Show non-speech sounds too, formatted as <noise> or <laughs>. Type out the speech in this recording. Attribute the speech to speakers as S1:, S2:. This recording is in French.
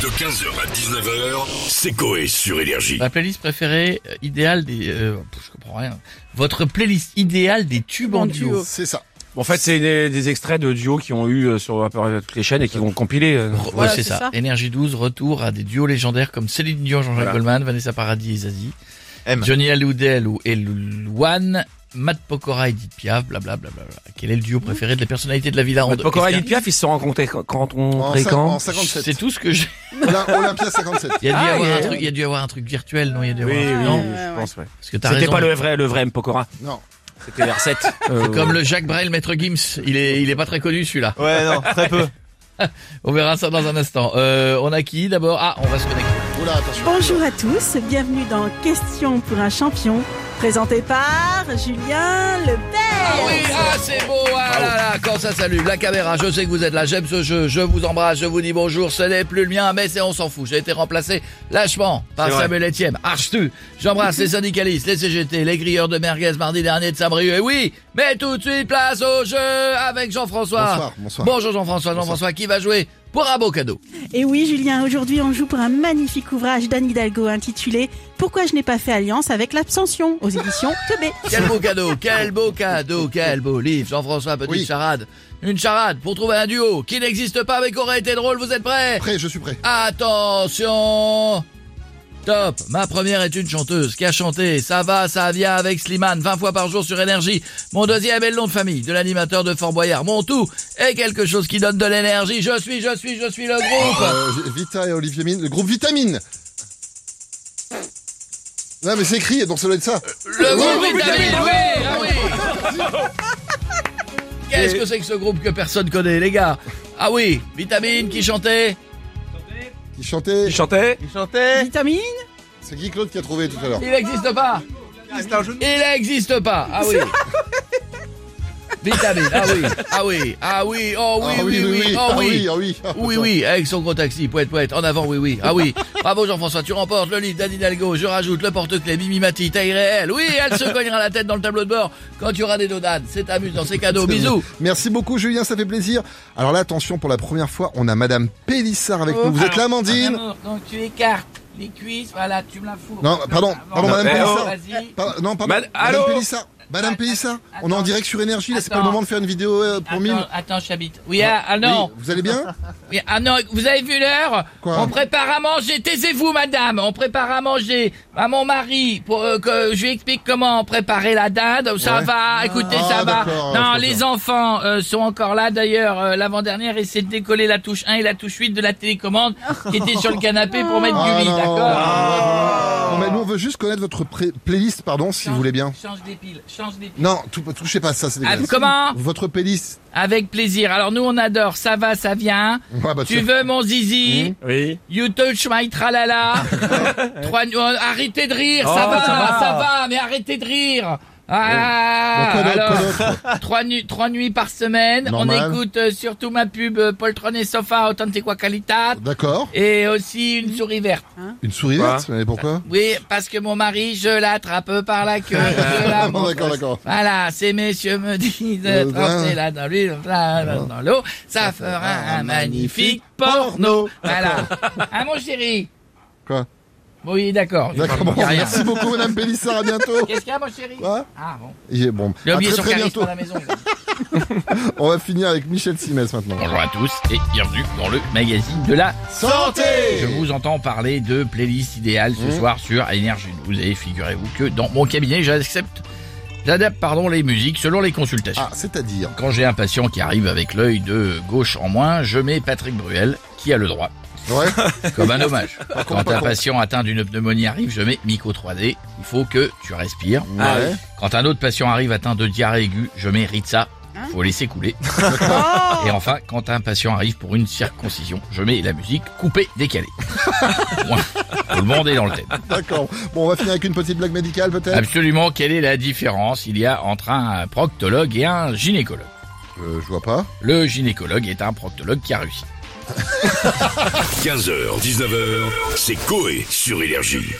S1: De 15h à 19h, c'est Coé sur Énergie.
S2: La playlist préférée euh, idéale des. euh, pff, je comprends rien. Votre playlist idéale des tubes en duo.
S3: C'est ça.
S4: En fait, c'est des, des extraits de duos qui ont eu euh, sur à peu près toutes les chaînes et qui vont compiler. euh.
S2: Re- ouais,
S5: Voilà,
S2: c'est
S5: c'est
S2: ça.
S5: ça.
S2: Énergie 12, retour à des duos légendaires comme Céline Dion, Jean-Jacques
S4: Voilà.
S2: Goldman, Vanessa Paradis et Zazie.
S3: M.
S2: Johnny Hallyday ou Elouane. Matt Pokora et Edith Piaf, blablabla. Quel est le duo préféré de la personnalité de la Villa Ronde
S4: Pokora et
S2: Oscar
S4: Edith Piaf, ils se sont rencontrés quand- quand on
S3: En,
S4: et
S3: cin- en
S4: quand
S3: 57.
S2: C'est tout ce que j'ai.
S3: Olym- Olympia 57.
S2: Il y a dû
S4: Ah,
S2: avoir
S4: il y a-
S2: un truc, il y a dû avoir un truc virtuel, non? Il y a dû
S4: Oui,
S2: avoir un truc-
S4: oui,
S2: non?
S4: je pense. Ouais.
S2: Parce que t'as
S4: C'était
S2: raison.
S4: pas le vrai, le vrai M Pokora.
S3: Non.
S4: C'était les recettes. Euh,
S2: Comme le Jacques Brel, Maître Gims. Il est, il est pas très connu, celui-là.
S6: Ouais, non, très peu.
S2: <laughs> On verra ça dans un instant. Euh, on a qui d'abord? Ah, on va se connecter.
S3: Oula, Oh attention.
S5: Bonjour à tous, bienvenue dans Questions pour un champion, présenté par Julien
S2: Ah
S5: Lepers.
S2: oui, ah c'est beau, ah là là, quand ça s'allume, la caméra, je sais que vous êtes là, j'aime ce jeu, je vous embrasse, je vous dis bonjour, ce n'est plus le mien, mais c'est on s'en fout, j'ai été remplacé lâchement par
S4: C'est vrai.
S2: Samuel Etienne, arche-tu, j'embrasse les syndicalistes, les CGT, les grilleurs de merguez mardi dernier de Saint-Brieuc, et oui, mais tout de suite place au jeu avec Jean-François.
S3: Bonsoir, bonsoir.
S2: Bonjour Jean-François, Jean-François qui va jouer pour un beau cadeau.
S5: Et oui, Julien, aujourd'hui on joue pour un magnifique ouvrage d'Anne Hidalgo intitulé Pourquoi je n'ai pas fait alliance avec l'abstention aux éditions Teubé.
S2: Quel beau cadeau, quel beau cadeau, quel beau livre. Jean-François, petite
S3: Oui.
S2: charade. Une charade pour trouver un duo qui n'existe pas mais qui aurait été drôle, vous êtes prêts
S3: Prêt, je suis prêt.
S2: Attention Top Ma première est une chanteuse qui a chanté Ça va, ça vient avec Slimane 20 fois par jour sur énergie. Mon deuxième est le nom de famille de l'animateur de Fort Boyard. Mon tout est quelque chose qui donne de l'énergie. Je suis, je suis, je suis le groupe
S3: Euh, Vita et Olivier Mine, le groupe Vitamine. Non, mais c'est écrit, donc ça doit être ça.
S2: Le groupe
S3: Ouais,
S2: Vitamine, oui, ah oui Qu'est-ce que c'est que ce groupe que personne connaît, les gars Ah oui, Vitamine qui chantait
S3: Qui chantait.
S4: Ils chantaient.
S6: Il
S2: Eh.
S6: chantait.
S5: Vitamine
S3: C'est Guy Claude qui a trouvé tout à l'heure.
S2: Il n'existe pas
S6: C'était un jeu de
S2: Il n'existe pas. Ah oui. Vitamine. Ah oui. Ah oui. Ah oui. Oh oui,
S3: ah
S2: oui, oui. Oh
S3: ah
S2: oui.
S3: oui, ah oui. Ah,
S2: Oui,
S3: putain.
S2: oui, avec son gros taxi, poète, poète, en avant, oui, oui, ah oui. Bravo Jean-François, tu remportes le livre d'Anne Hidalgo, je rajoute le porte-clés, Mimi Mati, taille réelle. Oui, elle se cognera la tête dans le tableau de bord quand il y aura des donades. C'est amusant, c'est cadeau, bisous.
S3: Merci beaucoup, Julien, ça fait plaisir. Alors là, attention, pour la première fois, on a Madame Pélissard avec nous. Vous êtes là, Amandine
S2: donc tu écartes les cuisses, voilà, tu me la fous.
S3: Non, pardon, pardon,
S4: Non,
S3: Madame
S4: mais
S3: Pélissard.
S4: oh.
S2: Vas-y.
S3: Par- non, pardon.
S4: Mad- Allô
S3: Madame Pélissard. Madame Pélissard, on est en
S2: attends.
S3: direct sur Énergie, là, c'est pas le
S2: Attends.
S3: moment de faire une vidéo euh, pour mime.
S2: attends, j'habite. Oui, ah, ah
S3: Oui, vous allez bien
S2: Oui, Ah non, vous avez vu l'heure
S3: Quoi
S2: On prépare à manger. Taisez-vous, madame. On prépare à manger à mon mari pour euh, que je lui explique comment préparer la dinde. Ça
S3: Ouais.
S2: va, écoutez,
S3: Ah,
S2: ça va.
S3: d'accord,
S2: Non,
S3: je
S2: les
S3: comprends.
S2: enfants euh, sont encore là. D'ailleurs, euh, l'avant-dernière essaie de décoller la touche 1 et la touche 8 de la télécommande qui était sur le canapé pour mettre
S3: Ah,
S2: du lit,
S3: non.
S2: d'accord
S3: Non, mais nous, on veut juste connaître votre pré- playlist, pardon, si vous voulez bien.
S2: Change des piles, change des piles.
S3: Non, tou- touchez pas ça, c'est
S2: Ah,
S3: dégueulasse.
S2: comment
S3: Votre playlist.
S2: Avec plaisir. Alors nous, on adore. Ça va, ça vient.
S3: Ah, bah,
S2: Tu
S3: tiens.
S2: veux mon zizi
S3: Hmm?
S4: Oui.
S2: You touch my
S3: <laughs>
S2: tralala. Trois nu- oh, arrêtez de rire, ça,
S4: Oh,
S2: va, ça
S4: ça
S2: va,
S4: va.
S2: mais arrêtez de rire.
S3: Bon,
S2: Ah,
S3: quoi d'autre,
S2: alors,
S3: quoi d'autre
S2: trois, nu- trois nuits par semaine.
S3: Normal.
S2: On écoute euh, surtout ma pub euh, Poltron et Sofa Authentiqua Qualitat.
S3: D'accord.
S2: Et aussi une souris verte.
S3: Une souris verte, mais pourquoi
S2: Oui, parce que mon mari, je l'attrape par la queue. je la
S3: Ah, bon,
S2: monte.
S3: <laughs> D'accord, d'accord.
S2: Voilà, ces messieurs me disent
S3: Euh,
S2: de
S3: ben.
S2: tremper là dans l'huile, là, là, dans l'eau, ça fera un magnifique porno. Voilà. Ah mon chéri.
S3: Quoi
S2: Oui, d'accord.
S3: D'accord, bon,
S2: Il y a rien.
S3: merci beaucoup, Madame Pélissard, à bientôt.
S2: Qu'est-ce qu'il y a, mon chéri
S3: Quoi
S2: Ah bon.
S3: Il est bon.
S2: J'ai
S3: À
S2: oublié
S3: très
S2: son
S3: très
S2: charisme
S3: bientôt.
S2: à la maison.
S3: On va finir avec Michel Simès maintenant.
S2: Bonjour à tous et bienvenue dans le magazine de la Je
S3: Santé
S2: vous entends parler de playlist idéale ce
S3: Mmh.
S2: soir sur Énergie 12 et figurez-vous que dans mon cabinet, j'accepte, j'adapte pardon les musiques selon les consultations.
S3: Ah, c'est-à-dire
S2: Quand j'ai un patient qui arrive avec l'œil de gauche en moins, je mets Patrick Bruel qui a le droit.
S3: Ouais.
S2: Comme
S3: <laughs>
S2: un hommage. Quand
S3: pas
S2: un
S3: con.
S2: patient atteint d'une pneumonie arrive, je mets Mico 3D. Il faut que tu respires.
S4: Ah
S3: Ouais.
S2: Quand un autre patient arrive atteint de diarrhée aiguë, je mets Ritza. Faut laisser couler.
S5: Oh.
S2: Et enfin, quand un patient arrive pour une circoncision, je mets la musique coupée, décalée. Voilà. Tout le monde est dans le thème.
S3: D'accord. Bon, on va finir avec une petite blague médicale peut-être
S2: Absolument, quelle est la différence il y a entre un proctologue et un gynécologue Ah,
S3: Euh, Je vois pas.
S2: Le gynécologue est un proctologue qui a réussi.
S1: 15h, 19h, c'est Coé sur Énergie.